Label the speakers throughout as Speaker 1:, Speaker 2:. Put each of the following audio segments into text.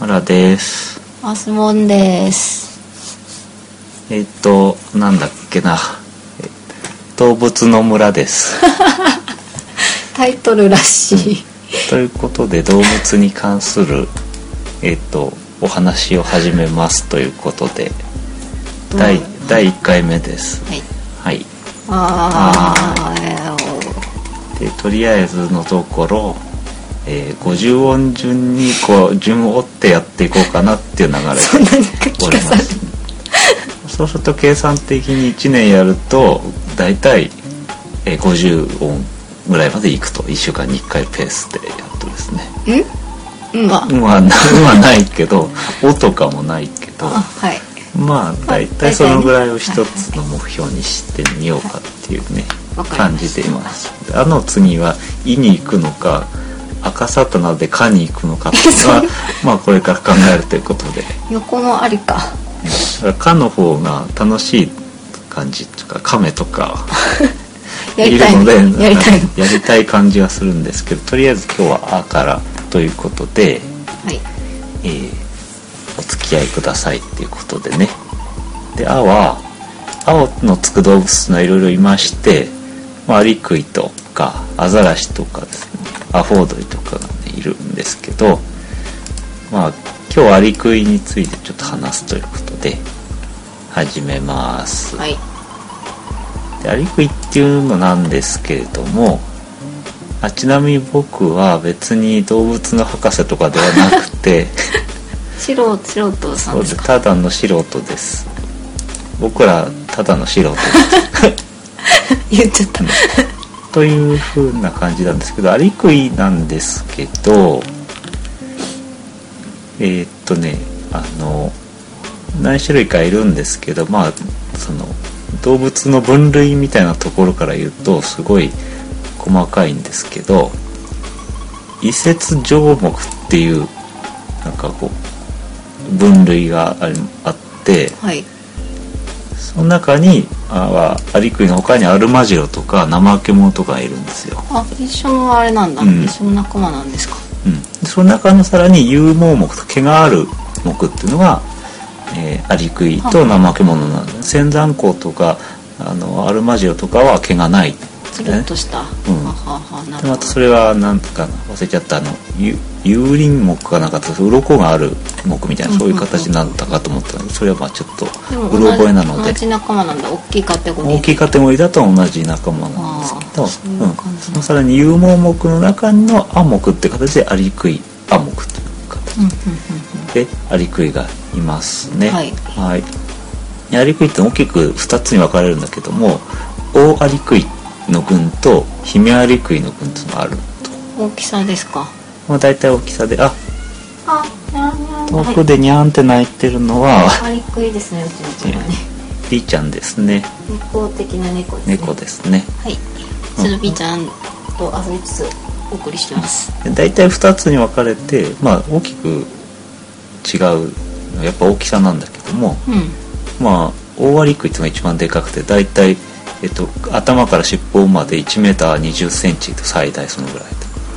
Speaker 1: 原です
Speaker 2: マスモンです
Speaker 1: えっ、となんだっけなえ動物の村です
Speaker 2: タイトルらしい
Speaker 1: ということで動物に関するえっ、とお話を始めますということで第
Speaker 2: うん
Speaker 1: 第1回目です
Speaker 2: はい
Speaker 1: はい
Speaker 2: ああー
Speaker 1: でとりあえずのところ、えー50音順にこう順を追ってやっていこうかなっていう流れで
Speaker 2: そんなに書き
Speaker 1: お
Speaker 2: か
Speaker 1: り
Speaker 2: さ
Speaker 1: ま
Speaker 2: れ
Speaker 1: すそうすると計算的に1年やると大体えー50音ぐらいまでいくと1週間に1回ペースでやるとですね
Speaker 2: るうんまあ
Speaker 1: 運はな運はないけど「お」とかもないけど
Speaker 2: あはい
Speaker 1: まあ大
Speaker 2: 大体ね
Speaker 1: 体そのぐらいを一つの目標にしてみようかっていうね
Speaker 2: わかりまし
Speaker 1: 感じ
Speaker 2: た
Speaker 1: ています「あ」の次は「い」に行くのか「赤さとなので「か」に行くのかっていうの はまあこれから考えるということで。
Speaker 2: 横のありか
Speaker 1: だから「か」の方が楽しい感じとか「亀」とか
Speaker 2: や
Speaker 1: い
Speaker 2: り
Speaker 1: る
Speaker 2: たい
Speaker 1: の
Speaker 2: の
Speaker 1: で
Speaker 2: やりたいの
Speaker 1: やりたい感じがするんですけどとりあえず今日は「あ」からということで、
Speaker 2: はい
Speaker 1: えーお付き合いくださいっていうことでねで「あ」は青のつく動物のいろいろいまして、まあ、アリクイとかアザラシとかですねアホウドリとかが、ね、いるんですけどまあ今日はアリクイについてちょっと話すということで始めます、
Speaker 2: はい
Speaker 1: でアリクイっていうのなんですけれどもあちなみに僕は別に動物の博士とかではなくて
Speaker 2: 素人素人さ
Speaker 1: そう
Speaker 2: んで
Speaker 1: ですす
Speaker 2: か
Speaker 1: ただの素人です僕らただの素人です
Speaker 2: 言っちゃった
Speaker 1: という風な感じなんですけどアリクイなんですけどえーっとねあの何種類かいるんですけどまあその動物の分類みたいなところから言うとすごい細かいんですけど移設条目っていうなんかこう分類がありあって
Speaker 2: はい
Speaker 1: その中にあはアリクイの他にアルマジロとか怠け者とかいるんですよ。
Speaker 2: あ一緒のあれなんだ、
Speaker 1: うん
Speaker 2: 一緒の仲間なんですか
Speaker 1: うん、でその中のさらに有毛目と毛がある目っていうのが、えーアリクイと怠け者なんで仙山光とかあのアルマジロとかは毛がないんです
Speaker 2: つ
Speaker 1: ね
Speaker 2: るっとした、
Speaker 1: うん
Speaker 2: はははな
Speaker 1: で
Speaker 2: るほ
Speaker 1: ま
Speaker 2: ど
Speaker 1: たそれは何とかな忘れちゃったあのゆ幽林目かなんかと鱗がある目みたいなそういう形になったかと思ったのでそれはまあちょっと
Speaker 2: で
Speaker 1: うろ覚えなの
Speaker 2: 同
Speaker 1: で
Speaker 2: じ仲間なんだ大きいカテゴリー
Speaker 1: 大きいカテゴリーだと同じ仲間なんですけ
Speaker 2: あ
Speaker 1: ど
Speaker 2: ーそういう感じ
Speaker 1: そのさらに有毛目の中の暗目って形でアリクイ暗目という形
Speaker 2: うんうん
Speaker 1: でアリクイがいますね
Speaker 2: はい
Speaker 1: はいでアリクイって大きく2つに分かれるんだけども大アリクイの群と姫アリクイの群っていうのがあると、
Speaker 2: うんうん大きさですか
Speaker 1: まあ、大体大きさであ
Speaker 2: あにゃんにゃん
Speaker 1: 遠くでニャンって鳴いてるのは、
Speaker 2: 可愛くいいですねうちの子はね
Speaker 1: リーちゃんですね
Speaker 2: 猫的な猫ですね
Speaker 1: 猫ですね
Speaker 2: はいスルビーちゃんと遊びつつお送りしてます
Speaker 1: で大体2つに分かれてまあ大きく違うやっぱ大きさなんだけども
Speaker 2: うん
Speaker 1: まあ大アリクイっていうのが一番でかくて大体、えっと、頭から尻尾まで 1m20cm と最大そのぐらい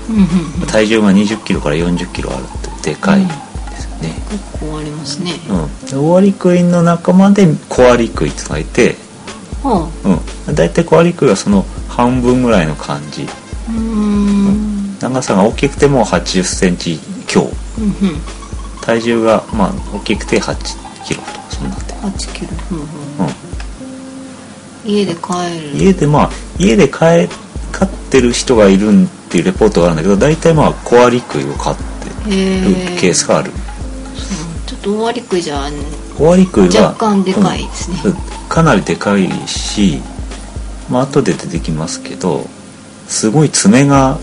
Speaker 2: うんうんうん
Speaker 1: と体重が 20kg から 40kg あるってでかいですよね、
Speaker 2: 結構ありますね
Speaker 1: うんで大アリクイの仲間で小アリクイっていうのがいて、
Speaker 2: は
Speaker 1: うん、大体小アリクイはその半分ぐらいの感じ
Speaker 2: あうーん
Speaker 1: 長さが大きくても 80cm 強
Speaker 2: うんうん
Speaker 1: 体重がまあ大きくて 8kg とかそんなんで、
Speaker 2: 8キロうんうん
Speaker 1: うん、
Speaker 2: 家で帰る
Speaker 1: 家でまあ家で飼え飼ってる人がいるんっていうレポートがあるんだけど大体まあコアリクイを飼って
Speaker 2: へ
Speaker 1: る
Speaker 2: ー
Speaker 1: ケースがある、
Speaker 2: うんちょっと大割り食いじゃん
Speaker 1: コアリクイは
Speaker 2: 若干でかいですね
Speaker 1: うんかなりでかいしまあ後で出てきますけどすごい爪が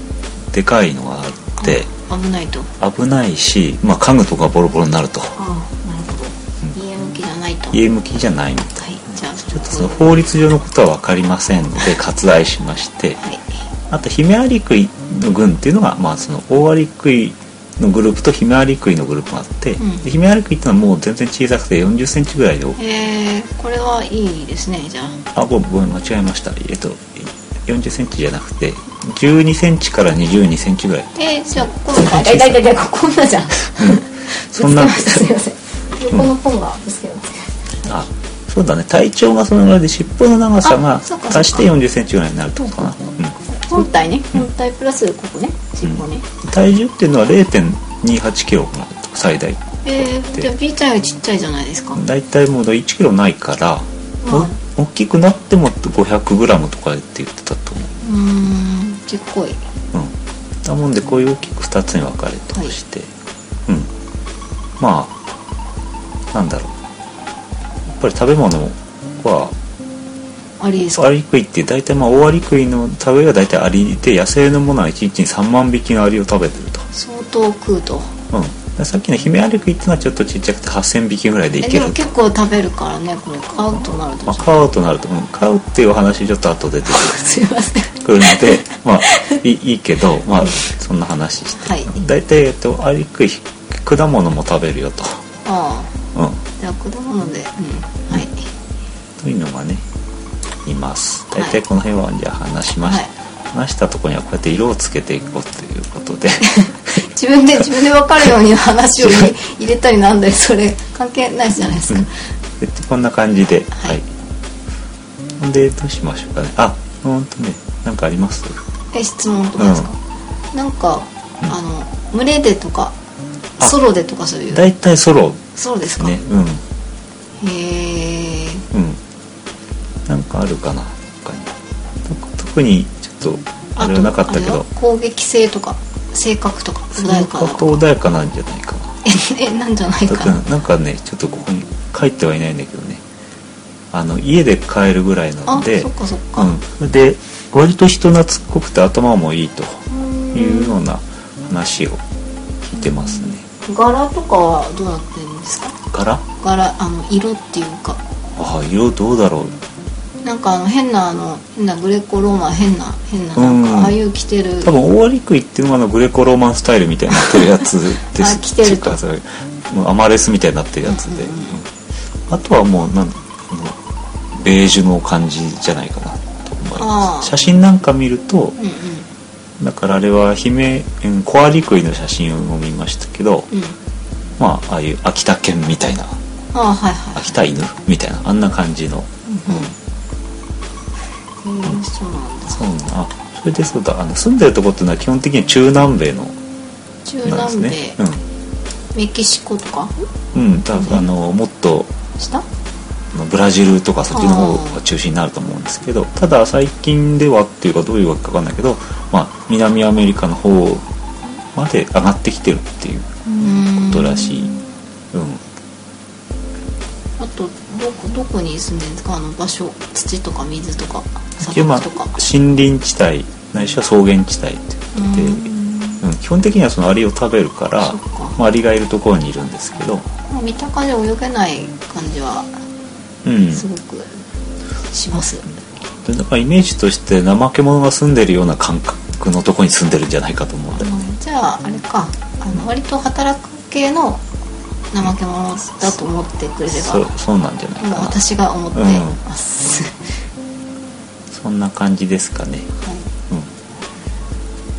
Speaker 1: でかいのがあって
Speaker 2: 危ないと
Speaker 1: 危ないし、まあ、家具とかボロボロになると
Speaker 2: ああなるほど家向きじゃないとはい
Speaker 1: 家向きじゃないみたい
Speaker 2: じゃあち
Speaker 1: ちょっとその法律上のことは分かりませんので割愛しまして
Speaker 2: はい
Speaker 1: あとヒメアリクイの群っていうのが、まあ、そのオオアリクイのグループとヒメアリクイのグループがあって、
Speaker 2: うん
Speaker 1: でヒメアリクイっていうのはもう全然小さくて4 0ンチぐらいで
Speaker 2: えー、これはいいですねじゃあ
Speaker 1: あごめんごめん間違えましたえっと4 0ンチじゃなくて1 2ンチから2 2ンチぐらい
Speaker 2: えー、じゃあここあ、え、だいたいだいこんなじゃん。
Speaker 1: そんな
Speaker 2: ぶつけましたすいません横の本がぶつけました
Speaker 1: あそうだね体長がそのぐらいで尻尾の長さが
Speaker 2: あそうかそうか
Speaker 1: 足して4 0センチぐらいになるってことかな、
Speaker 2: 本体ね本体プラスここね尻尾ね、
Speaker 1: うん、体重っていうのは0 2 8キロが最大
Speaker 2: えー、じゃあ B ちゃんよりちっちゃいじゃないですか、
Speaker 1: 大体もう1キロないから、
Speaker 2: うん
Speaker 1: お大きくなっても500グラムとかって言ってたと思う
Speaker 2: うーんちっこい
Speaker 1: うんだもんでこういう大きく2つに分かれてまして、うんまあなんだろうやっぱり食べ物は
Speaker 2: ありですか
Speaker 1: アリクイって大体まあオオアリクイの食べは大体アリで野生のものは1日に3万匹のアリを食べてると、
Speaker 2: 相当食うと
Speaker 1: うん、でさっきのヒメアリクイってのはちょっとちっちゃくて8,000匹ぐらいでい
Speaker 2: え
Speaker 1: け
Speaker 2: で
Speaker 1: る
Speaker 2: も結構食べるからねこれ買うとなると
Speaker 1: まあ、飼うとなると、うん、飼うっていうお話ちょっと後で出て
Speaker 2: すいません
Speaker 1: くるのでまあいいいいけど、まあ、そんな話して、
Speaker 2: はい
Speaker 1: 大体、えっと、アリクイ果物も食べるよと、
Speaker 2: あ
Speaker 1: うん、
Speaker 2: あじゃあ果物でうんはい
Speaker 1: というのがねいます
Speaker 2: はい
Speaker 1: 大体この辺はじゃあ話しました、話したところにはこうやって色をつけていこうということ で
Speaker 2: 自分で自分で分かるように話を入れ入れたりなんだりそれ関係ないじゃないですか、
Speaker 1: でこんな感じでは、
Speaker 2: はいい
Speaker 1: ほんでどうしましょうかねあほんとねなんかあります
Speaker 2: え質問とかですか、なんか、あの群れでとか
Speaker 1: あ
Speaker 2: ソロでとかそういう
Speaker 1: 大体ソロ
Speaker 2: ソロですか、
Speaker 1: ねう
Speaker 2: へえ
Speaker 1: んうんなんかあるかな他に特特にちょっとあれはなかったけ
Speaker 2: あれ
Speaker 1: ど
Speaker 2: は攻撃性とか性格とか穏やかな
Speaker 1: と穏やかなんじゃないかな
Speaker 2: えなんじゃない
Speaker 1: だって
Speaker 2: かな
Speaker 1: なんかねちょっとここに書いてはいないんだけどねあの家で飼えるぐらいな
Speaker 2: あ
Speaker 1: ので
Speaker 2: そっかそっか、
Speaker 1: うん、で割と人懐っこくて頭もいいと
Speaker 2: うん
Speaker 1: いうような話を聞いてますね
Speaker 2: 柄とかはどうなってるんですか
Speaker 1: 柄
Speaker 2: 柄あの色っていうか
Speaker 1: ああ色どうだろう
Speaker 2: なんかあの変なあの変なグレコローマン変な変な
Speaker 1: う
Speaker 2: なんんかああいう着てる
Speaker 1: 多分オオアリクイっていうのがあのグレコローマンスタイルみたいになってるやつです
Speaker 2: あ着てると
Speaker 1: っていうかそれもうアマレスみたいになってるやつで、
Speaker 2: うんうんうん
Speaker 1: うんあとはもうなんあのベージュの感じじゃないかなと思いま
Speaker 2: あー
Speaker 1: す写真なんか見ると
Speaker 2: うんうん
Speaker 1: だからあれは姫うんコアリクイの写真を見ましたけど、
Speaker 2: うん
Speaker 1: まあああいう秋田犬みたいな
Speaker 2: ああはいはい
Speaker 1: 秋田犬みたいなあんな感じの
Speaker 2: うんうんへえそうなんだ
Speaker 1: そうなそれでそうだあの住んでるとこっていうのは基本的に中南米の
Speaker 2: 中
Speaker 1: なんです
Speaker 2: 南米、
Speaker 1: ね
Speaker 2: メキシコとか
Speaker 1: うん、うん、多分あのもっと
Speaker 2: した
Speaker 1: あのブラジルとかそっちの方が中心になると思うんですけどただ最近ではっていうかどういうわけかわかんないけど、まあ、南アメリカの方まで上がってきてるっていう
Speaker 2: うん
Speaker 1: ことらしい、うん
Speaker 2: あとどこどこに住んでるんですかあの場所土とか水とか
Speaker 1: で
Speaker 2: 砂
Speaker 1: まあ
Speaker 2: 漠とか
Speaker 1: 森林地帯ないしは草原地帯って言ってて、
Speaker 2: うん
Speaker 1: うん、基本的にはそのアリを食べるから
Speaker 2: そっか
Speaker 1: まあ、アリがいるところにいるんですけど、
Speaker 2: まあ見た感じ泳げない感じは
Speaker 1: うん、
Speaker 2: すごくします、
Speaker 1: でなんかイメージとして怠け者が住んでるような感覚のとこに住んでるんじゃないかと思うんだよね
Speaker 2: じゃああれかあの割と働く系の怠け者だと思ってくれれば
Speaker 1: そうそうなんじゃないか
Speaker 2: もう
Speaker 1: な
Speaker 2: 私が思ってます、
Speaker 1: そんな感じですかね
Speaker 2: はい
Speaker 1: うん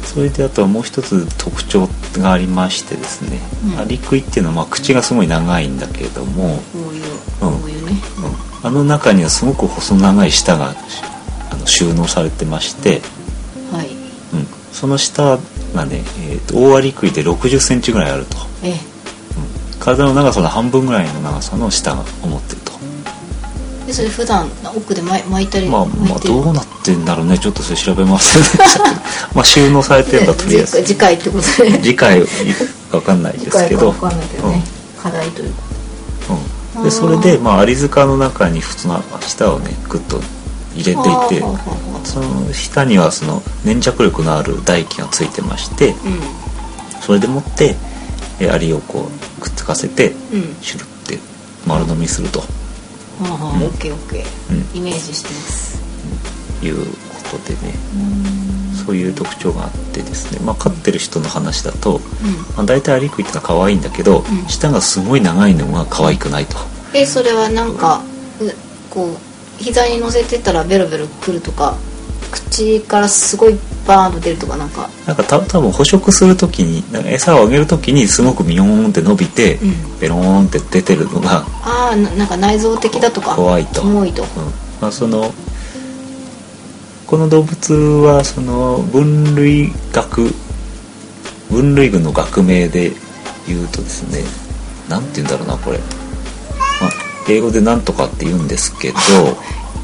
Speaker 1: それであとはもう一つ特徴がありましてですね、
Speaker 2: うん
Speaker 1: アリクイっていうのはまあ口がすごい長いんだけれども、
Speaker 2: こういう、
Speaker 1: うん
Speaker 2: こういうね
Speaker 1: あの中にはすごく細長い舌があの収納されてまして、
Speaker 2: はい
Speaker 1: うん、その下がね、えーと大アリクイで6 0センチぐらいあると、
Speaker 2: え
Speaker 1: うん、体の長さの半分ぐらいの長さの下が思ってると
Speaker 2: でそれ普段奥で巻い巻いたり
Speaker 1: まあ
Speaker 2: 巻
Speaker 1: ま
Speaker 2: い
Speaker 1: あ
Speaker 2: てる
Speaker 1: どうなってんだろうねちょっ とそれ調べませんでしたけどまあ収納されてるかとりあえ ず
Speaker 2: 次回ってことで
Speaker 1: 次回わかんない
Speaker 2: 次
Speaker 1: です
Speaker 2: 回
Speaker 1: け
Speaker 2: か
Speaker 1: ど
Speaker 2: わかんないけどね、課題というか
Speaker 1: うんうん、でそれで、まあ、アリ塚の中に普通の舌をねグッと入れていて
Speaker 2: あーほうほうほう
Speaker 1: その下にはその粘着力のある唾液がついてまして
Speaker 2: う
Speaker 1: それでもってえーアリをこうくっつかせて
Speaker 2: んうん
Speaker 1: シュルって丸飲みすると
Speaker 2: はあはあ、
Speaker 1: うん
Speaker 2: オッケーオッケ
Speaker 1: う
Speaker 2: ーイメージしてます
Speaker 1: いうことでねそういう特徴があってですね、まあ、飼ってる人の話だと、
Speaker 2: うん
Speaker 1: まあ、大体アリクイってのは可愛いんだけど、
Speaker 2: うん
Speaker 1: 舌がすごい長いのが可愛くないと。
Speaker 2: えそれはなんかうこう膝に乗せてたらベロベロくるとか口からすごいバーンと出るとかなんか
Speaker 1: なんかた多分捕食するときになんか餌をあげるときにすごくビヨーンって伸びて、
Speaker 2: うん
Speaker 1: ベローンって出てるのが、
Speaker 2: ああななんか内臓的だとか
Speaker 1: 怖いと
Speaker 2: 重いと
Speaker 1: うんまあ、そのこの動物はその分類学分類群の学名で言うとですねなんて言うんだろうなこれ、まあ、英語でなんとかって言うんですけど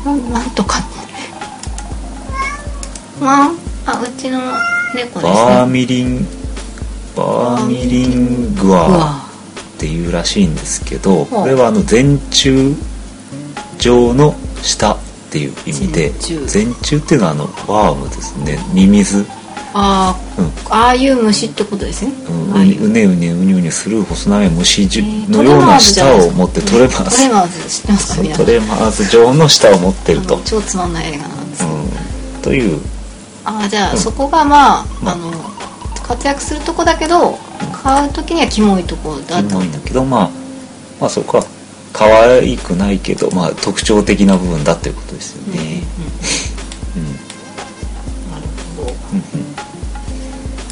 Speaker 2: なんなんとかまああうちの猫です
Speaker 1: バー
Speaker 2: ね
Speaker 1: ミリンバーミリング
Speaker 2: う
Speaker 1: ア
Speaker 2: わ
Speaker 1: っていうらしいんですけど
Speaker 2: ほう
Speaker 1: これはあの前柱状の下っていう意味で
Speaker 2: 前柱
Speaker 1: 前柱っていうのはあのワームですねミミズ
Speaker 2: あー
Speaker 1: うん
Speaker 2: ああいう虫ってことですね、
Speaker 1: うん
Speaker 2: ああ
Speaker 1: う
Speaker 2: い
Speaker 1: ね
Speaker 2: う
Speaker 1: うねうねうにゅうにゅする細長い虫じゅ
Speaker 2: えー
Speaker 1: のような舌を
Speaker 2: トレマーズじゃないですか
Speaker 1: 持ってトレマー
Speaker 2: トレ
Speaker 1: ズ
Speaker 2: マーズ知ってますか皆
Speaker 1: ト
Speaker 2: さん
Speaker 1: レマーズ状の舌を持ってると、
Speaker 2: あ
Speaker 1: う
Speaker 2: の超つまんない映画なんですけど、
Speaker 1: ん、という
Speaker 2: ああじゃあ、
Speaker 1: うん
Speaker 2: そこがまあ、
Speaker 1: まあ
Speaker 2: あの活躍するとこだけど買う時にはキモいとこだと
Speaker 1: 思うんだけど、まあ、まあそこは可愛くないけど、まあ、特徴的な部分だということですよ
Speaker 2: うんうん
Speaker 1: ね、うん
Speaker 2: なるほど
Speaker 1: う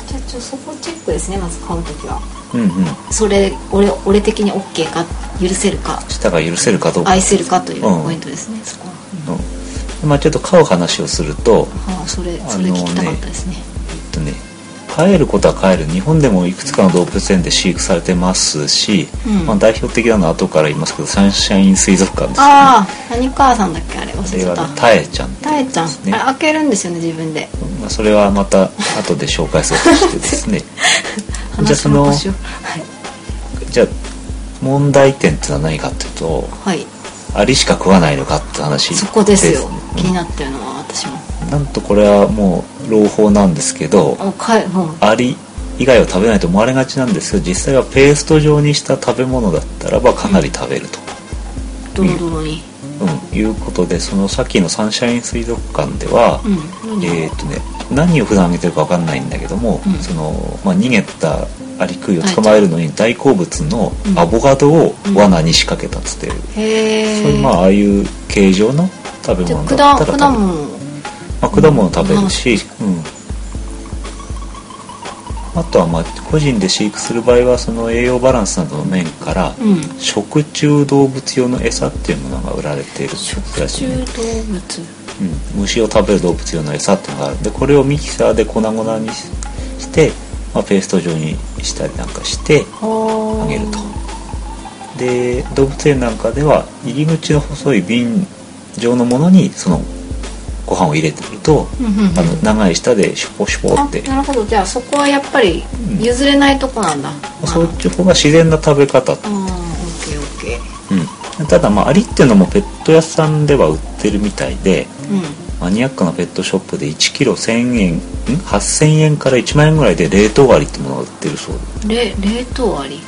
Speaker 2: じゃあちょそこチェックですねまず買う時は
Speaker 1: んうんうんうん
Speaker 2: それ俺俺的に OK か許せるか
Speaker 1: 舌が許せるかどうか、
Speaker 2: 愛せるかという
Speaker 1: うん
Speaker 2: ポイントですね、そこは、うん
Speaker 1: うんまあ、ちょっと飼う話をすると,、
Speaker 2: ああそれ
Speaker 1: あのね
Speaker 2: それ聞きたかったですね
Speaker 1: えっとね、飼えることは飼える日本でもいくつかの動物園で飼育されてますし、
Speaker 2: うん
Speaker 1: まあ、代表的なのは後から言いますけどサンシャイン水族館ですよね
Speaker 2: ああ何母さんだっけあれ忘
Speaker 1: それ
Speaker 2: れちゃ
Speaker 1: は
Speaker 2: った
Speaker 1: ねタエちゃんって
Speaker 2: た
Speaker 1: い
Speaker 2: え
Speaker 1: う
Speaker 2: ちゃん、
Speaker 1: ですね
Speaker 2: あれ開けるんですよね自分で
Speaker 1: まあ、それはまた後で紹介するとしてです ねじゃあその
Speaker 2: 話腰をはい、
Speaker 1: じゃあ問題点ってのは何かっていうと
Speaker 2: はい、
Speaker 1: アリしか食わないのかって話
Speaker 2: そこですよ
Speaker 1: ね
Speaker 2: 気になってるのは私も
Speaker 1: うんなんとこれはもう朗報なんですけど
Speaker 2: あかいもう
Speaker 1: アリ以外を食べないと思われがちなんですけど実際はペースト状にした食べ物だったらばかなり食べると、
Speaker 2: ドロドロに
Speaker 1: うん、いうことでそのさっきのサンシャイン水族館では、
Speaker 2: うん何
Speaker 1: えーっとね何を普段あげてるか分かんないんだけども、
Speaker 2: うん
Speaker 1: そのまあ、逃げたアリクイを捕まえるのに大好物のアボカドを罠に仕掛けたっつってる、
Speaker 2: へえ
Speaker 1: そういうまあああいう形状の食べ
Speaker 2: じゃあ
Speaker 1: 物
Speaker 2: 果
Speaker 1: だったら食べる
Speaker 2: 果物
Speaker 1: まあ、果物食べるし、うんあとはまあ個人で飼育する場合はその栄養バランスなどの面から、
Speaker 2: うん
Speaker 1: 食虫動物用の餌っていうものが売られている
Speaker 2: 食
Speaker 1: らし
Speaker 2: 虫
Speaker 1: いね
Speaker 2: 動物
Speaker 1: うん、虫を食べる動物用の餌っていうのがあるでこれをミキサーで粉々にしして、まあ、ペースト状にしたりなんかして
Speaker 2: あ
Speaker 1: あげるとで動物園なんかでは入り口の細い瓶状のものにそのご飯を入れてると、
Speaker 2: うんうんうん
Speaker 1: あの長い舌でシュポシュポ
Speaker 2: あ
Speaker 1: って
Speaker 2: なるほどじゃあそこはやっぱり
Speaker 1: うん
Speaker 2: 譲れないとこなんだ、あ
Speaker 1: そっちの方が自然な食べ方、
Speaker 2: あーオッケーオッケー
Speaker 1: うん、ただまあアリっていうのもペット屋さんでは売ってるみたいで
Speaker 2: うん
Speaker 1: マニアックなペットショップで1キロ1000円ん8000円から1万円ぐらいで冷凍アリってものが売ってるそうで、
Speaker 2: れ冷凍アリ
Speaker 1: う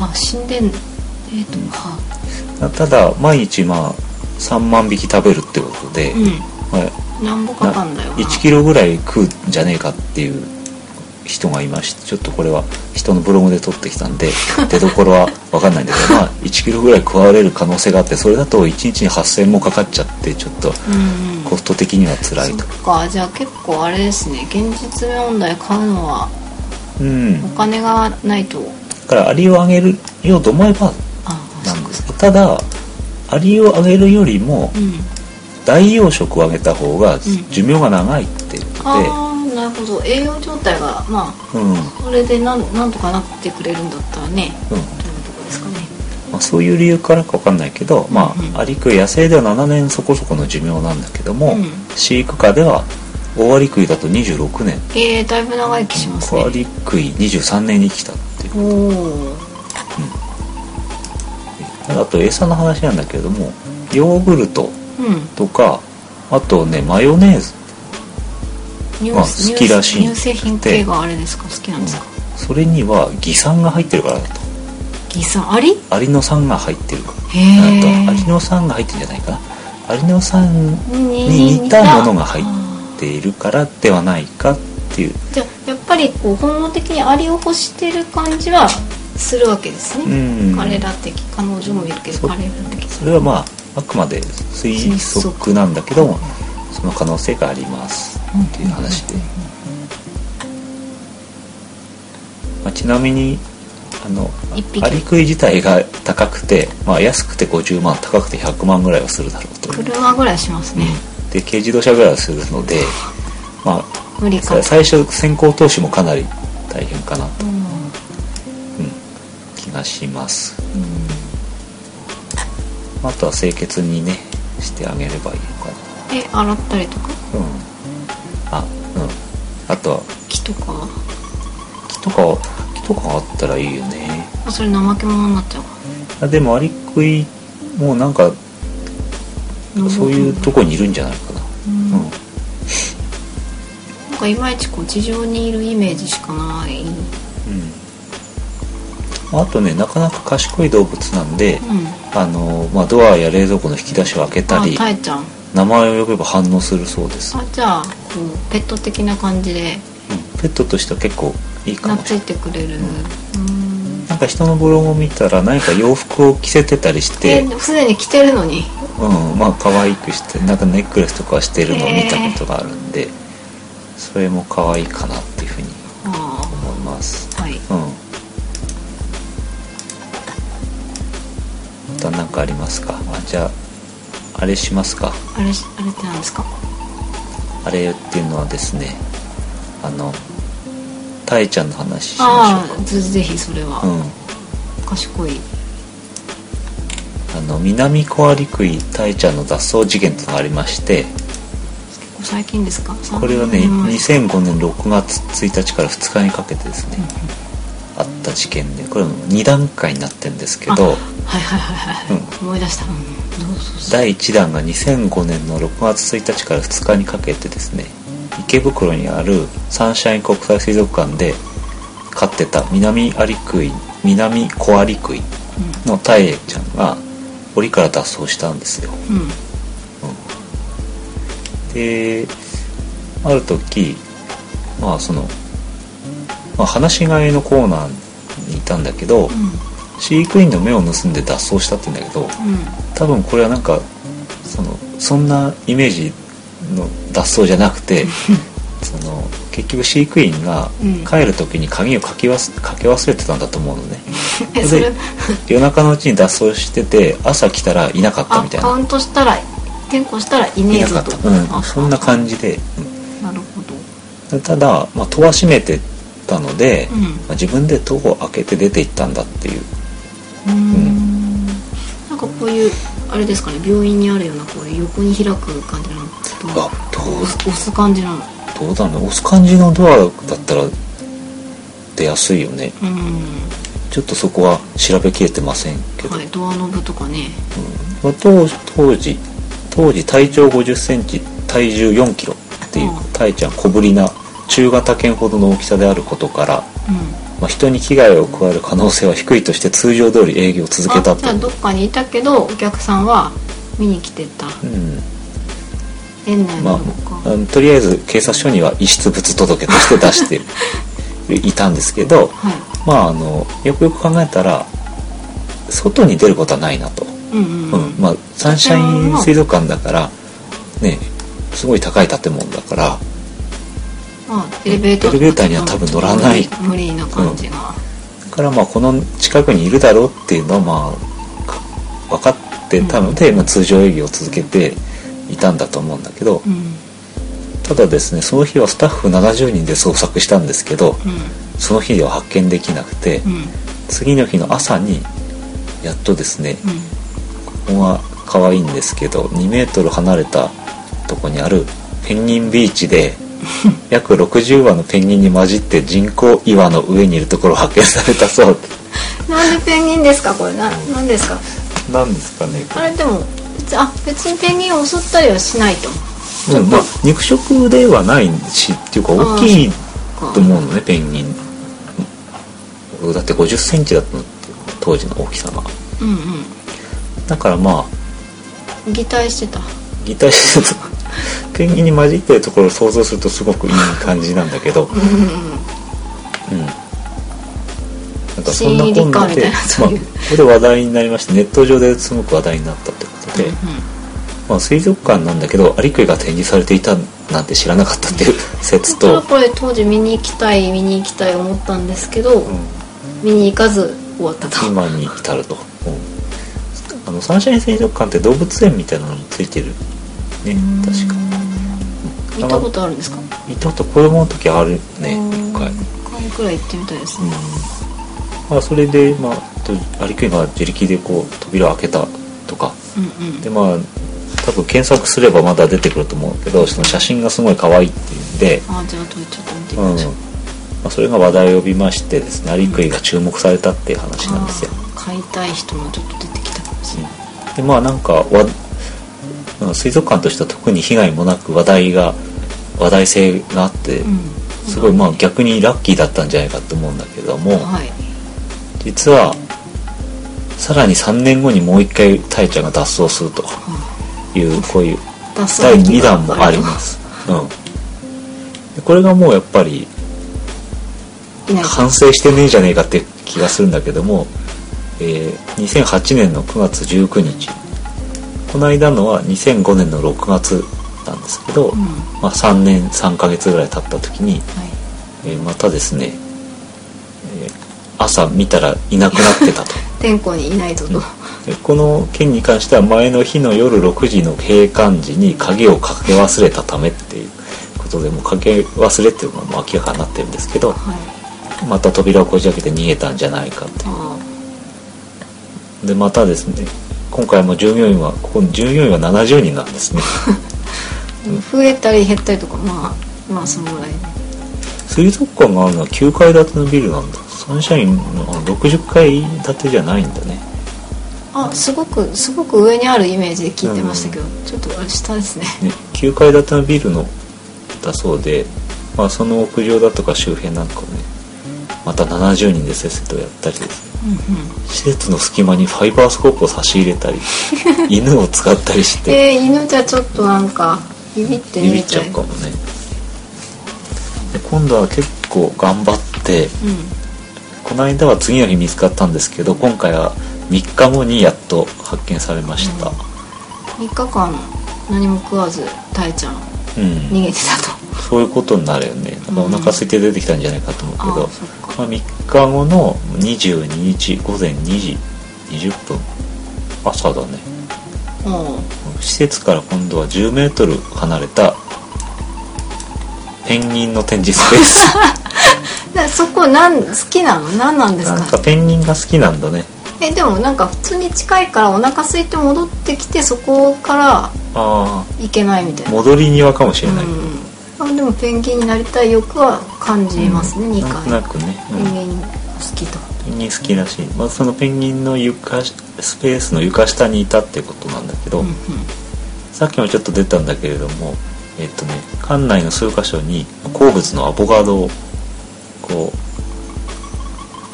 Speaker 2: あ死んでん冷凍は
Speaker 1: ん、ただ毎日まあ3万匹食べるってことで、
Speaker 2: う
Speaker 1: まあ
Speaker 2: んなんぼかかんだよな
Speaker 1: 1キロぐらい食うんじゃねえかっていう人がいましてちょっとこれは人のブログで取ってきたん で出どころは分かんないんだけどまあ1キロぐらい食われる可能性があってそれだと1日に8000もかかっちゃってちょっと
Speaker 2: うんうん
Speaker 1: コスト的には辛いと
Speaker 2: そっかじゃあ結構あれですね現実問題買うのは
Speaker 1: うん
Speaker 2: お金がないと
Speaker 1: だからアリをあげるようと思えば
Speaker 2: ああ
Speaker 1: なんですけどただアリをあげるよりも
Speaker 2: うん
Speaker 1: 大養殖をあげた方が寿命が長いっていうことで、
Speaker 2: ああなるほど栄養状態がま
Speaker 1: う
Speaker 2: あ
Speaker 1: んうん
Speaker 2: これでなんなんとかなってくれるんだったらねというとこですかね
Speaker 1: まあ、そういう理由からか分かんないけど、ま
Speaker 2: うんうん
Speaker 1: あ、アリクイ野生では7年そこそこの寿命なんだけども、
Speaker 2: うん
Speaker 1: 飼育下ではオオアリクイだと26年
Speaker 2: えー、だいぶ長生きします
Speaker 1: コア
Speaker 2: ね
Speaker 1: リクイ23年に来たっていう
Speaker 2: おお
Speaker 1: ただあと餌の話なんだけどもヨーグルト
Speaker 2: うん
Speaker 1: とかあとねマヨネーズ
Speaker 2: 乳
Speaker 1: まあ好きらしい
Speaker 2: 乳製品系があれですか好きなんですか
Speaker 1: それには偽酸が入ってるからだと
Speaker 2: ギサアリ
Speaker 1: アリの酸が入ってるから
Speaker 2: へ
Speaker 1: なん
Speaker 2: え
Speaker 1: とアリの酸が入ってるんじゃないかなアリの酸に
Speaker 2: に
Speaker 1: 似たものが入っているからではないかっていう
Speaker 2: じゃあやっぱりこう本能的にアリを欲してる感じはするわけですね、
Speaker 1: うん
Speaker 2: 彼ら的彼女もいるけ
Speaker 1: そ
Speaker 2: ど
Speaker 1: う
Speaker 2: 彼ら的
Speaker 1: それはまああくまで推測なんだけどもその可能性がありますっていう話で、
Speaker 2: うん
Speaker 1: まあ、ちなみにあの
Speaker 2: 一匹
Speaker 1: アリクイ自体が高くて、まあ、安くて50万高くて100万ぐらいはするだろうと、
Speaker 2: 車ぐらいしますね、
Speaker 1: うん、で軽自動車ぐらいはするので、まあ、
Speaker 2: 無理か
Speaker 1: さ
Speaker 2: も
Speaker 1: 最初先行投資もかなり大変かなと、
Speaker 2: うん
Speaker 1: うん、気がします
Speaker 2: うん
Speaker 1: あとは清潔にねしてあげればいいのか
Speaker 2: え洗ったりとか
Speaker 1: なうんあうんあとは
Speaker 2: 木とかは
Speaker 1: 木とか木とかあったらいいよね
Speaker 2: あそれ怠け者になっちゃうか
Speaker 1: あでもアリクイもうなんからそういうとこにいるんじゃないかな
Speaker 2: うん
Speaker 1: うん
Speaker 2: なんかいまいちこう地上にいるイメージしかないうん
Speaker 1: うんあとねなかなか賢い動物なんで、あのまあ、ドアや冷蔵庫の引き出しを開けた
Speaker 2: あ
Speaker 1: り
Speaker 2: タエちゃん
Speaker 1: 名前を呼べば反応するそうです、う
Speaker 2: あじゃあこうペット的な感じで
Speaker 1: ん、ペットとしては結構いいかもしれない
Speaker 2: 懐いてくれるうん
Speaker 1: なんか人のブログを見たら何か洋服を着せてたりして、
Speaker 2: えすでに着てるのに
Speaker 1: うん、まあ可愛くしてなんかネックレスとかしてるのを見たことがあるんで、それも可愛いかなっていうふうに
Speaker 2: あ
Speaker 1: 思います
Speaker 2: あはい
Speaker 1: うんまた何かありますかあじゃああれしますか
Speaker 2: あれあれってなんですか
Speaker 1: あれっていうのはですねあのたえちゃんの話しま
Speaker 2: あ
Speaker 1: しょ
Speaker 2: あぜぜひそれ
Speaker 1: うかう
Speaker 2: は、
Speaker 1: ん
Speaker 2: 賢い
Speaker 1: あの南コアリクイたえちゃんの脱走事件というのがありまして
Speaker 2: 結構最近ですか
Speaker 1: これはね
Speaker 2: 三年前
Speaker 1: 2005年6月1日から2日にかけてですね、あった事件でこれも2段階になってるんですけど
Speaker 2: はいはいはいはい、
Speaker 1: う
Speaker 2: 思い出した、うん、どうぞ
Speaker 1: 第1弾が2005年の6月1日から2日にかけてですね池袋にあるサンシャイン国際水族館で飼ってた南アリクイ南コアリクイのタエちゃんが檻から脱走したんですよ
Speaker 2: うん、うん
Speaker 1: である時まあその、まあ、話し飼いのコーナーにいたんだけど、飼育員の目を盗んで脱走したって言うんだけど
Speaker 2: うんうん
Speaker 1: 多分これはなんかそのそんなイメージの脱走じゃなく てその結局飼育員が
Speaker 2: うん
Speaker 1: 帰る時に鍵をかき忘れかけ忘れてたんだと思うのね
Speaker 2: えそれ
Speaker 1: で夜中のうちに脱走してて朝来たらいなかった
Speaker 2: あ
Speaker 1: みたい
Speaker 2: カウ
Speaker 1: な
Speaker 2: ントしたら転校したらいね
Speaker 1: い
Speaker 2: え
Speaker 1: な
Speaker 2: ぞ
Speaker 1: かっ
Speaker 2: と
Speaker 1: た、うん、
Speaker 2: あ
Speaker 1: そんな感じで、うん
Speaker 2: なるほど
Speaker 1: ただ、まあ、戸は閉めてたので、
Speaker 2: うん
Speaker 1: まあ自分で戸を開けて出て行ったんだっていう
Speaker 2: うーんなんかこういうあれですかね病院にあるようなこういう横に開く感じなの
Speaker 1: が
Speaker 2: と
Speaker 1: ど
Speaker 2: 押す押す感じなの
Speaker 1: うどうだろうね押す感じのドアだったら出やすいよね
Speaker 2: うん
Speaker 1: ちょっとそこは調べきれてませんけど、
Speaker 2: はいドアノブとかね
Speaker 1: まあ当当時当時体長5 0センチ体重4キロっていう
Speaker 2: うん
Speaker 1: タイちゃん小ぶりな中型犬ほどの大きさであることから、
Speaker 2: うん
Speaker 1: まあ、人に危害を加える可能性は低いとして通常通り営業を続けた
Speaker 2: あ
Speaker 1: と
Speaker 2: じゃあどっかにいたけどお客さんは見に来てた
Speaker 1: うん
Speaker 2: 園内
Speaker 1: ま
Speaker 2: な
Speaker 1: あ
Speaker 2: のか、
Speaker 1: うんとりあえず警察署には遺失物届として出 していたんですけど
Speaker 2: はい
Speaker 1: まああのよくよく考えたら外に出ることはないなと、
Speaker 2: うんうん
Speaker 1: う
Speaker 2: うんん、
Speaker 1: まあ、サンシャイン水族館だからねすごい高い建物だから
Speaker 2: まあエレベーター
Speaker 1: エレベーターには多分乗らない
Speaker 2: 無理な感じが、
Speaker 1: だからまあこの近くにいるだろうっていうのはまあか分かってたので、まあ、通常営業を続けていたんだと思うんだけど
Speaker 2: うん
Speaker 1: ただですねその日はスタッフ70人で捜索したんですけど、
Speaker 2: う
Speaker 1: その日では発見できなくて、
Speaker 2: んうん
Speaker 1: 次の日の朝にやっとですね、
Speaker 2: うん
Speaker 1: ここは可愛いんですけど2メートル離れたとこにあるペンギンビーチ で約60羽のペンギンに混じって人工岩の上にいるところを発見されたそうで
Speaker 2: なんでペンギンですかこれななんですか
Speaker 1: なんですかねこ
Speaker 2: あれでも別あ別にペンギンを襲ったりはしないと
Speaker 1: れ、うんまあ、肉食ではないしっていうか大きい
Speaker 2: か
Speaker 1: と思うのねペンギンうんだって5 0センチだったの当時の大きさが
Speaker 2: うん
Speaker 1: だからまあ
Speaker 2: うん擬態してた
Speaker 1: 擬態してるとペンギンに混じってるところを想像するとすごくいい感じなんだけど、うん、
Speaker 2: うんうんうん
Speaker 1: なんかそんなこんな
Speaker 2: 新入りかみた
Speaker 1: で
Speaker 2: いなそういう
Speaker 1: まあここで話題になりましてネット上ですごく話題になったってことで、
Speaker 2: うん
Speaker 1: まあ、水族館なんだけどアリクイが展示されていたんなんて知らなかったっていう説
Speaker 2: だから
Speaker 1: と、
Speaker 2: これ当時見に行きたい見に行きたい思ったんですけど、見に行かず終わったと
Speaker 1: 今に至ると、うんあのサンシャイン水族館って動物園みたいなのもついてるね確か
Speaker 2: 行ったことあるんですか
Speaker 1: 行ったこと子供の時あるね
Speaker 2: うん
Speaker 1: 一回、
Speaker 2: 一回くらい行ってみたいですね、
Speaker 1: まあ、それで、まあ、とアリクイが自力でこう扉を開けたとか
Speaker 2: うん、
Speaker 1: でまあ多分検索すればまだ出てくると思うけどその写真がすごい可愛いっていうんで、
Speaker 2: ああじゃあとちょっと見て
Speaker 1: うん
Speaker 2: み
Speaker 1: ま
Speaker 2: ましょう、
Speaker 1: あ、それが話題を呼びましてですねアリクイが注目されたっていう話なんですよ。
Speaker 2: ああ買いたい人もちょっと出てきたかもしれない、
Speaker 1: でまあなんかわうん水族館としては特に被害もなく話題が話題性があって、
Speaker 2: うん、
Speaker 1: すごいまあ逆にラッキーだったんじゃないかと思うんだけども、
Speaker 2: はい
Speaker 1: 実はさらに3年後にもう一回タイちゃんが脱走するというこういう
Speaker 2: 脱走
Speaker 1: 第
Speaker 2: 劇
Speaker 1: 2
Speaker 2: が
Speaker 1: 弾もあります、うん、でこれがもうやっぱり
Speaker 2: いない
Speaker 1: 完成してねえじゃねえかって気がするんだけども、えー2008年の9月19日この間のは2005年の6月なんですけど、
Speaker 2: うんは
Speaker 1: まあ、3年3ヶ月ぐらい経った時に、
Speaker 2: い
Speaker 1: えーまたですね、えー朝見たらいなくなってたと。
Speaker 2: 天候にいないぞと、
Speaker 1: でこの件に関しては前の日の夜6時の閉館時に鍵をかけ忘れたためっていうことでもうかけ忘れっていうのも明らかになってるんですけど
Speaker 2: はい
Speaker 1: また扉をこじ開けて逃げたんじゃないかって
Speaker 2: あ
Speaker 1: でまたですね今回も従業員はここに従業員は70人なんですね
Speaker 2: あでも増えたり減ったりとかまあまあそのぐらいね
Speaker 1: 水族館があるのは9階建てのビルなんだサンシャインのあの60階建てじゃないんだね
Speaker 2: あすごくすごく上にあるイメージで聞いてましたけど、ちょっとあれ下ですね
Speaker 1: ね、9階建てのビルのだそうで、まあ、その屋上だとか周辺なんかをねまた70人でせっせとやったりですね
Speaker 2: うんうん
Speaker 1: 施設の隙間にファイバースコープを差し入れた り犬を使ったりして
Speaker 2: えー、犬じゃちょっとなんかビビって
Speaker 1: ビ
Speaker 2: ね
Speaker 1: ビ
Speaker 2: み
Speaker 1: っち
Speaker 2: た
Speaker 1: ゃ
Speaker 2: いうな
Speaker 1: かもねで今度は結構頑張って
Speaker 2: う
Speaker 1: この間は次の日見つかったんですけど今回は3日後にやっと発見されました
Speaker 2: ん3日間何も食わずタイちゃん
Speaker 1: うん
Speaker 2: 逃げてたと
Speaker 1: そういうことになるよねなんかお腹空いて出てきたんじゃないかと思うけど、
Speaker 2: ああそっか
Speaker 1: まあ、3日後の22日午前2時20分朝だね
Speaker 2: おう
Speaker 1: 施設から今度は1 0メートル離れたペンギンの展示スペー ス
Speaker 2: でそこなん好きなの何なんです
Speaker 1: なん
Speaker 2: か
Speaker 1: かペンギンが好きなんだね
Speaker 2: えでもなんか普通に近いからお腹空いて戻ってきてそこから
Speaker 1: あ
Speaker 2: 行けないみたい
Speaker 1: あ
Speaker 2: な
Speaker 1: 戻り庭かもしれない、
Speaker 2: うん、あでもペンギンになりたい欲は感じますね、2
Speaker 1: なんと
Speaker 2: 回
Speaker 1: なくね、うん
Speaker 2: ペンギン好きと
Speaker 1: ペンギン好きらしい、まあ、そのペンギンの床スペースの床下にいたってことなんだけど、
Speaker 2: うんうん
Speaker 1: さっきもちょっと出たんだけれどもえっとね館内の数箇所に好物のアボカドをこ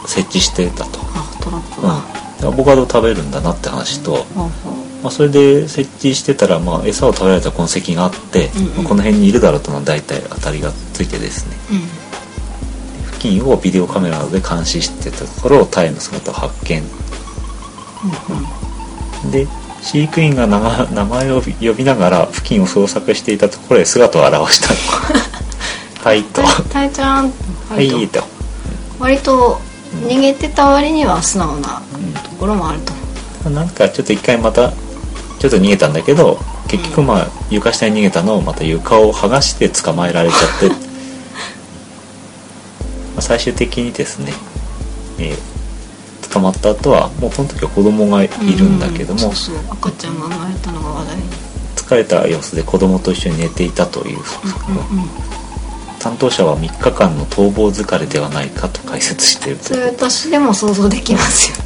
Speaker 1: う設置してたと、
Speaker 2: あトラップ
Speaker 1: うん
Speaker 2: が、
Speaker 1: でアボカドを食べるんだなって話と、
Speaker 2: ほうほう
Speaker 1: まあ、それで設置してたら、まあ、餌を食べられた痕跡があって、
Speaker 2: うんうん
Speaker 1: まあこの辺にいるだろうとのは大体当たりがついてですね
Speaker 2: うん
Speaker 1: 付近をビデオカメラで監視してたところをタイの姿を発見
Speaker 2: うんうん
Speaker 1: で飼育員が名が名前を呼びながら付近を捜索していたところへ姿を現したはいと
Speaker 2: たたいちゃん
Speaker 1: は
Speaker 2: 割と,、
Speaker 1: いと、
Speaker 2: 割と逃げてた割には素直なところもあると、
Speaker 1: うん、なんかちょっと一回またちょっと逃げたんだけど結局まあ床下に逃げたのをまた床を剥がして捕まえられちゃってまあ最終的にですね、えー捕まった後はもうこの時は子供がいるんだけど
Speaker 2: う
Speaker 1: も
Speaker 2: そうそう赤ちゃんが生まれたのが話題に、
Speaker 1: 疲れた様子で子供と一緒に寝ていたという、
Speaker 2: うんうん、
Speaker 1: 担当者は3日間の逃亡疲れではないかと解説している
Speaker 2: それ私でも想像できますよ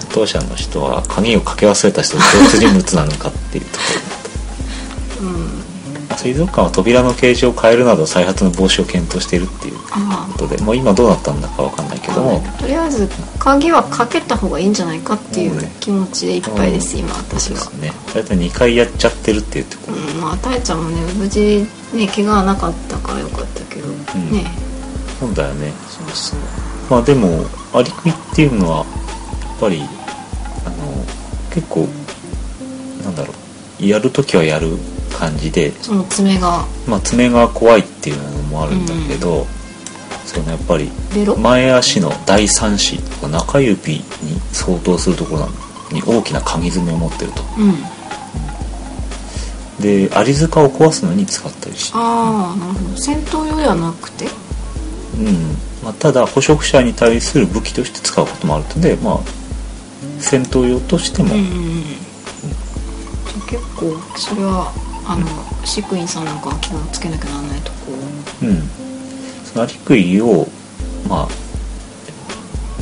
Speaker 1: 担当者の人は鍵をかけ忘れた人と同一人物なのかっていうとこ
Speaker 2: うん
Speaker 1: ろ水族館は扉の形状を変えるなど再発の防止を検討しているっていうこ
Speaker 2: ああ
Speaker 1: とでもう今どうなったんだかわかんないけども
Speaker 2: とりあえず鍵はかけた方がいいんじゃないかっていう気持ちでいっぱいです、今私
Speaker 1: そうで
Speaker 2: は
Speaker 1: すね大体2回やっちゃってるっていうとこ
Speaker 2: う
Speaker 1: ろ、
Speaker 2: んまあたえちゃんもね無事ね怪我はなかったからよかったけど、
Speaker 1: ん
Speaker 2: ね
Speaker 1: そうだよね
Speaker 2: そうそう
Speaker 1: まあでもアリクイっていうのはやっぱりあの結構なんだろうやるときはやる感じで、
Speaker 2: その爪が
Speaker 1: まあ、爪が怖いっていうのもあるんだけど、そのやっぱり
Speaker 2: ベロ
Speaker 1: 前足の第三趾とか中指に相当するところに大きな鍵爪を持ってると
Speaker 2: うん
Speaker 1: でアリ塚を壊すのに使ったりして
Speaker 2: ああなるほど戦闘用ではなくて
Speaker 1: うんまあ、ただ捕食者に対する武器として使うこともあるので、まあ、戦闘用としても、
Speaker 2: うんうんうんじゃあ結構それはあの飼育員さんなんかは気をつけなきゃならないとこ
Speaker 1: うん、そのアリクイを、まあ、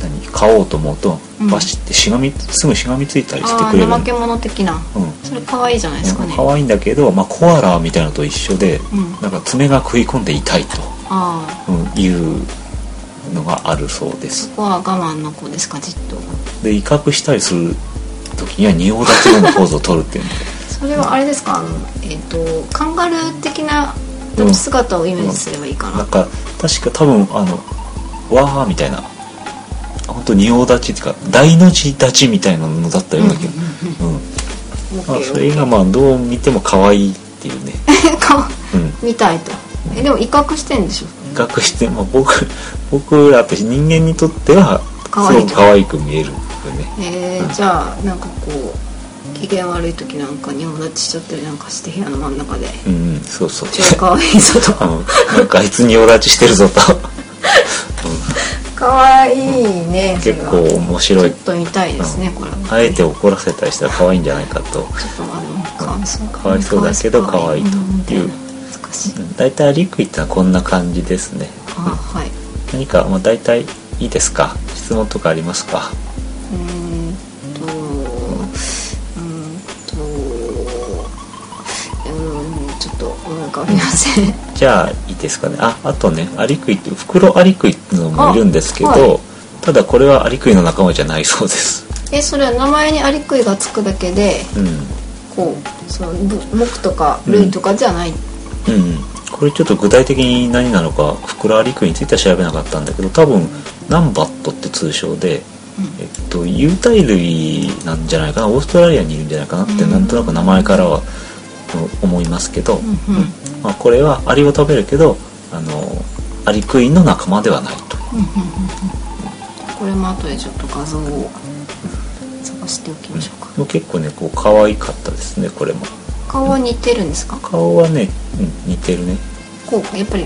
Speaker 1: 何買おうと思うと
Speaker 2: うん
Speaker 1: バシってしがみすぐしがみついたりして
Speaker 2: ああ
Speaker 1: くれる
Speaker 2: ー怠け者的な
Speaker 1: うん
Speaker 2: それ可愛いじゃないですかね
Speaker 1: 可愛いんだけど、まあ、コアラみたいなのと一緒で、
Speaker 2: うん
Speaker 1: なんか爪が食い込んで痛いと、
Speaker 2: ああ
Speaker 1: うんいうのがあるそうです
Speaker 2: そこは我慢の子ですかじっと
Speaker 1: で威嚇したりする時には仁王立ちのようなポーズを取るっていうの
Speaker 2: それはあれですかあのえっ、とカンガルー的な
Speaker 1: うん
Speaker 2: 姿をイメージすればい いかな、
Speaker 1: なんか確か多分あのわーみたいな本当仁王立ちっていうか大の字立ちみたいなのだったような気がうん、
Speaker 2: オッケ
Speaker 1: まあ、
Speaker 2: ー
Speaker 1: それがまあどう見ても可愛いっていうね、
Speaker 2: か
Speaker 1: うん、
Speaker 2: 見たいとえでも威嚇してんでしょ
Speaker 1: 比較しても僕 僕らって人間にとっては
Speaker 2: 可愛い
Speaker 1: すごく可愛く見えるよね
Speaker 2: え
Speaker 1: うん
Speaker 2: ー、じゃあなんかこう機嫌悪い時なんかに友達しちゃったりなんかして部屋の真ん中で
Speaker 1: うんうんそうそう
Speaker 2: 「超可愛いぞ」と
Speaker 1: う
Speaker 2: か
Speaker 1: んなん かあいつ仁王立ちしてるぞ と
Speaker 2: 「可愛いね」それ
Speaker 1: 結
Speaker 2: は
Speaker 1: 構面
Speaker 2: ちょ
Speaker 1: 白
Speaker 2: っ
Speaker 1: い
Speaker 2: と見たいですねこれは
Speaker 1: あえて怒らせたりしたら可愛いんじゃないかと
Speaker 2: ちょっとあのかわいそう
Speaker 1: かわいそうだけど可愛いという
Speaker 2: みたな難しい
Speaker 1: うん大体アリクイってのはこんな感じですね
Speaker 2: あはい
Speaker 1: 何か、まあ、大体いいですか質問とかありますか
Speaker 2: うーんとうーんとうんちょっと思い浮かびま せん
Speaker 1: じゃあいいですかねああとねアリクイって袋アリクイっていうのもいるんですけど、
Speaker 2: あはい
Speaker 1: ただこれはアリクイの仲間じゃないそうです
Speaker 2: えそれは名前にアリクイがつくだけで
Speaker 1: うん
Speaker 2: こうそのぶ木とか類とかじゃない、
Speaker 1: うんうんこれちょっと具体的に何なのか袋アリクイについては調べなかったんだけど多分ナンバットって通称で、えっと、有袋類なんじゃないかなオーストラリアにいるんじゃないかなって
Speaker 2: うん
Speaker 1: なんとなく名前からはうん思いますけど、
Speaker 2: うんうん
Speaker 1: まあ、これはアリを食べるけどあのアリクイの仲間ではないと
Speaker 2: うんうんうんうんこれも後でちょっと画像を探しておきましょうか、
Speaker 1: もう結構ねこう可愛かったですねこれも
Speaker 2: 顔は似てるんですか
Speaker 1: 顔はね、うん、似てるね
Speaker 2: こうやっぱり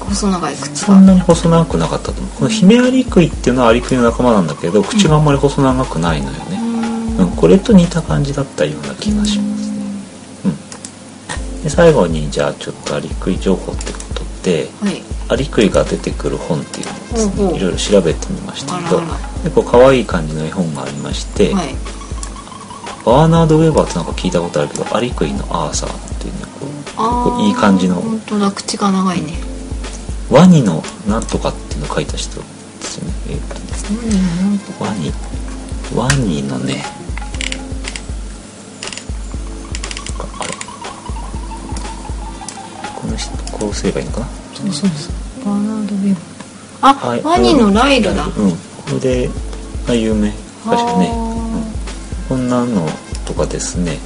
Speaker 2: 細長い口
Speaker 1: そ
Speaker 2: が
Speaker 1: んなに細長くなかったと思うこのヒメアリクイっていうのはアリクイの仲間なんだけど口があんまり細長くないのよ
Speaker 2: うー
Speaker 1: ね、
Speaker 2: ん
Speaker 1: うん、これと似た感じだったような気がしますねで最後にじゃあちょっとアリクイ情報ってことで
Speaker 2: はい
Speaker 1: アリクイが出てくる本っていうのをですね
Speaker 2: ほうほう
Speaker 1: いろいろ調べてみましたけど
Speaker 2: あらあら
Speaker 1: 結構可愛い感じの絵本がありまして、
Speaker 2: はい
Speaker 1: バーナード・ウェーバーってなんか聞いたことあるけどアリクイのアーサーっていうねこう結
Speaker 2: あ
Speaker 1: 構
Speaker 2: ー
Speaker 1: いい感じの
Speaker 2: 本当だ口が長いね
Speaker 1: ワニのなんとかっていうのを書いた人ですよね、えーとね
Speaker 2: うんなんと
Speaker 1: ワニワニのねあれこの人構成がいいのかな
Speaker 2: そうそうそうバーナード・ウェーブあ、
Speaker 1: はい
Speaker 2: ワニのライルだは
Speaker 1: うんこれであ有名確かにね、うん
Speaker 2: あ
Speaker 1: こんなのとかですね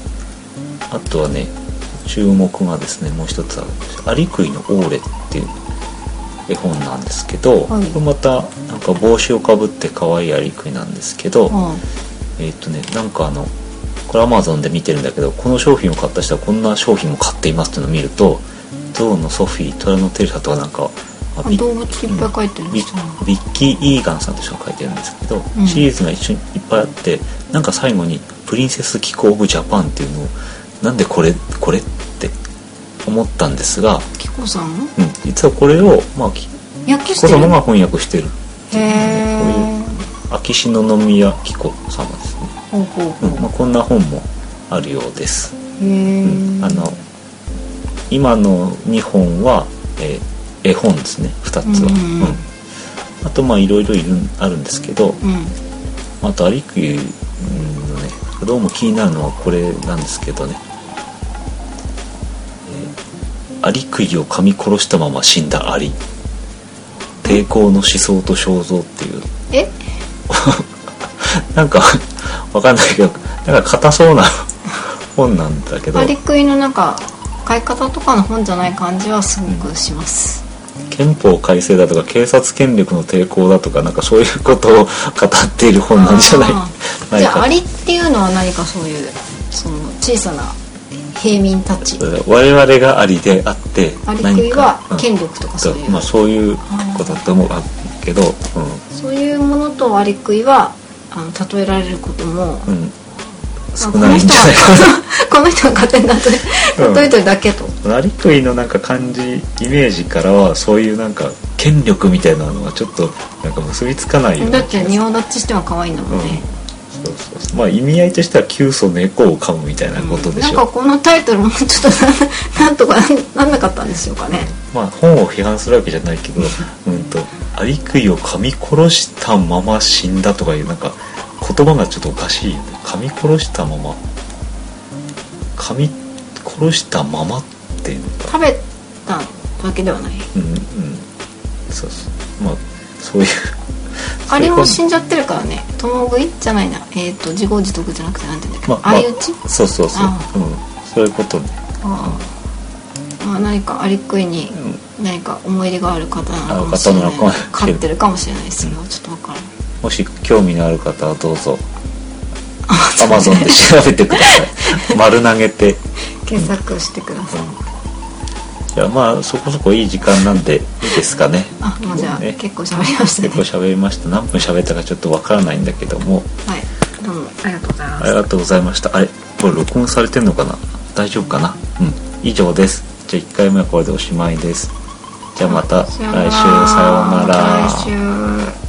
Speaker 1: あとはね注目がですねもう一つあるんですアリクイのオーレっていう絵本なんですけど、
Speaker 2: はい
Speaker 1: これまたなんか帽子をかぶって可愛いアリクイなんですけど、
Speaker 2: うん
Speaker 1: えーっ、とねなんかあのこれ Amazon で見てるんだけどこの商品を買った人はこんな商品を買っていますっていうのを見るとゾウのソフィー虎のテルサとかなんかあ
Speaker 2: あ
Speaker 1: びっ
Speaker 2: 動物いっぱい描いてるんで
Speaker 1: ビ
Speaker 2: すよ
Speaker 1: ビッキー・イーガンさんという人が書いてるんですけど、
Speaker 2: うん
Speaker 1: シリーズが一緒にいっぱいあってなんか最後に「プリンセス・キコ・オブ・ジャパン」っていうのをなんでこれこれって思ったんですが、
Speaker 2: キコさん
Speaker 1: うん、実はこれを、まあ、キ
Speaker 2: 訳
Speaker 1: キ
Speaker 2: して
Speaker 1: コ
Speaker 2: る
Speaker 1: 様が翻訳してる
Speaker 2: へえ
Speaker 1: 秋篠宮キコ様ですね、
Speaker 2: ほうほう
Speaker 1: う
Speaker 2: ほ
Speaker 1: んまあ、こんな本もあるようです、
Speaker 2: うへ
Speaker 1: う
Speaker 2: え、
Speaker 1: ん、あの今の2本は、えー絵本ですね2つは、
Speaker 2: うんうんうん
Speaker 1: うんあとまあいろいろいるんあるんですけど、
Speaker 2: うん
Speaker 1: あとアリクイのねどうも気になるのはこれなんですけどね、えーアリクイを噛み殺したまま死んだアリ抵抗の思想と肖像っていう
Speaker 2: え
Speaker 1: なんかわかんないけどなんか硬そうな本なんだけど
Speaker 2: アリクイの中買い方とかの本じゃない感じはすごくします、
Speaker 1: 憲法改正だとか警察権力の抵抗だとかなんかそういうことを語っている本なんじゃない
Speaker 2: あー
Speaker 1: ない
Speaker 2: じゃあ
Speaker 1: か
Speaker 2: アリっていうのは何かそういうその小さな平民たち
Speaker 1: 我々がアリであって
Speaker 2: アリ
Speaker 1: 何
Speaker 2: クイは
Speaker 1: うん
Speaker 2: 権力とかそういう、
Speaker 1: まあ、そういうことだと思うけど、う
Speaker 2: そういうものとアリクイはあの例えられることも
Speaker 1: んうん、少ないんじゃないかな
Speaker 2: この人は勝手に例
Speaker 1: うん
Speaker 2: え例えてるだけと、
Speaker 1: アリクイのなんか感じイメージからはそういうなんか権力みたいなのはちょっとなんか結びつかないよう
Speaker 2: だ
Speaker 1: な
Speaker 2: って
Speaker 1: する
Speaker 2: 仁王立ちしては可愛いんだもんね、
Speaker 1: うん、そうそうそうまあ意味合いとしては窮鼠猫を噛むみたいなことで
Speaker 2: な
Speaker 1: し
Speaker 2: ん
Speaker 1: ょ
Speaker 2: か
Speaker 1: う、
Speaker 2: このタイトルもちょっとななんとかなんなかったんでしょうかね
Speaker 1: まあ本を批判するわけじゃないけ どうんとアリクイを噛み殺したまま死んだとかいうなんか言葉がちょっとおかしいよね噛み殺したまま噛み殺したままっていうのか
Speaker 2: 食べたわけではない
Speaker 1: うんうんそうそうまあそういう
Speaker 2: あれも死
Speaker 1: ん
Speaker 2: んじゃってるからね共食いじゃないなえっ、と自業自得じゃなくてなんて言うんだっけ、
Speaker 1: まあまあ
Speaker 2: 相打ち
Speaker 1: そうそうそう
Speaker 2: あ
Speaker 1: うんそういうことね
Speaker 2: ああまあ何かアリクイに何か思い出がある方なのかもしれない
Speaker 1: ある方なのかもしれない
Speaker 2: 飼ってるかもしれないですよちょっとわからない
Speaker 1: もし興味のある方はどうぞ
Speaker 2: あ
Speaker 1: アマゾンで調べてくださ い丸投げて
Speaker 2: 検索してください、
Speaker 1: じゃあまあそこそこいい時間なんでいいですかね
Speaker 2: あもうじゃあ、
Speaker 1: ね
Speaker 2: 結構喋りましたね
Speaker 1: 結構喋りました何分喋ったかちょっとわからないんだけども
Speaker 2: はいどうもありがとうございます
Speaker 1: ありがとうございましたあれこれ録音されてんのかな大丈夫かなうん以上ですじゃあ1回目はこれでおしまいですじゃあまた来週さようなら
Speaker 2: 来週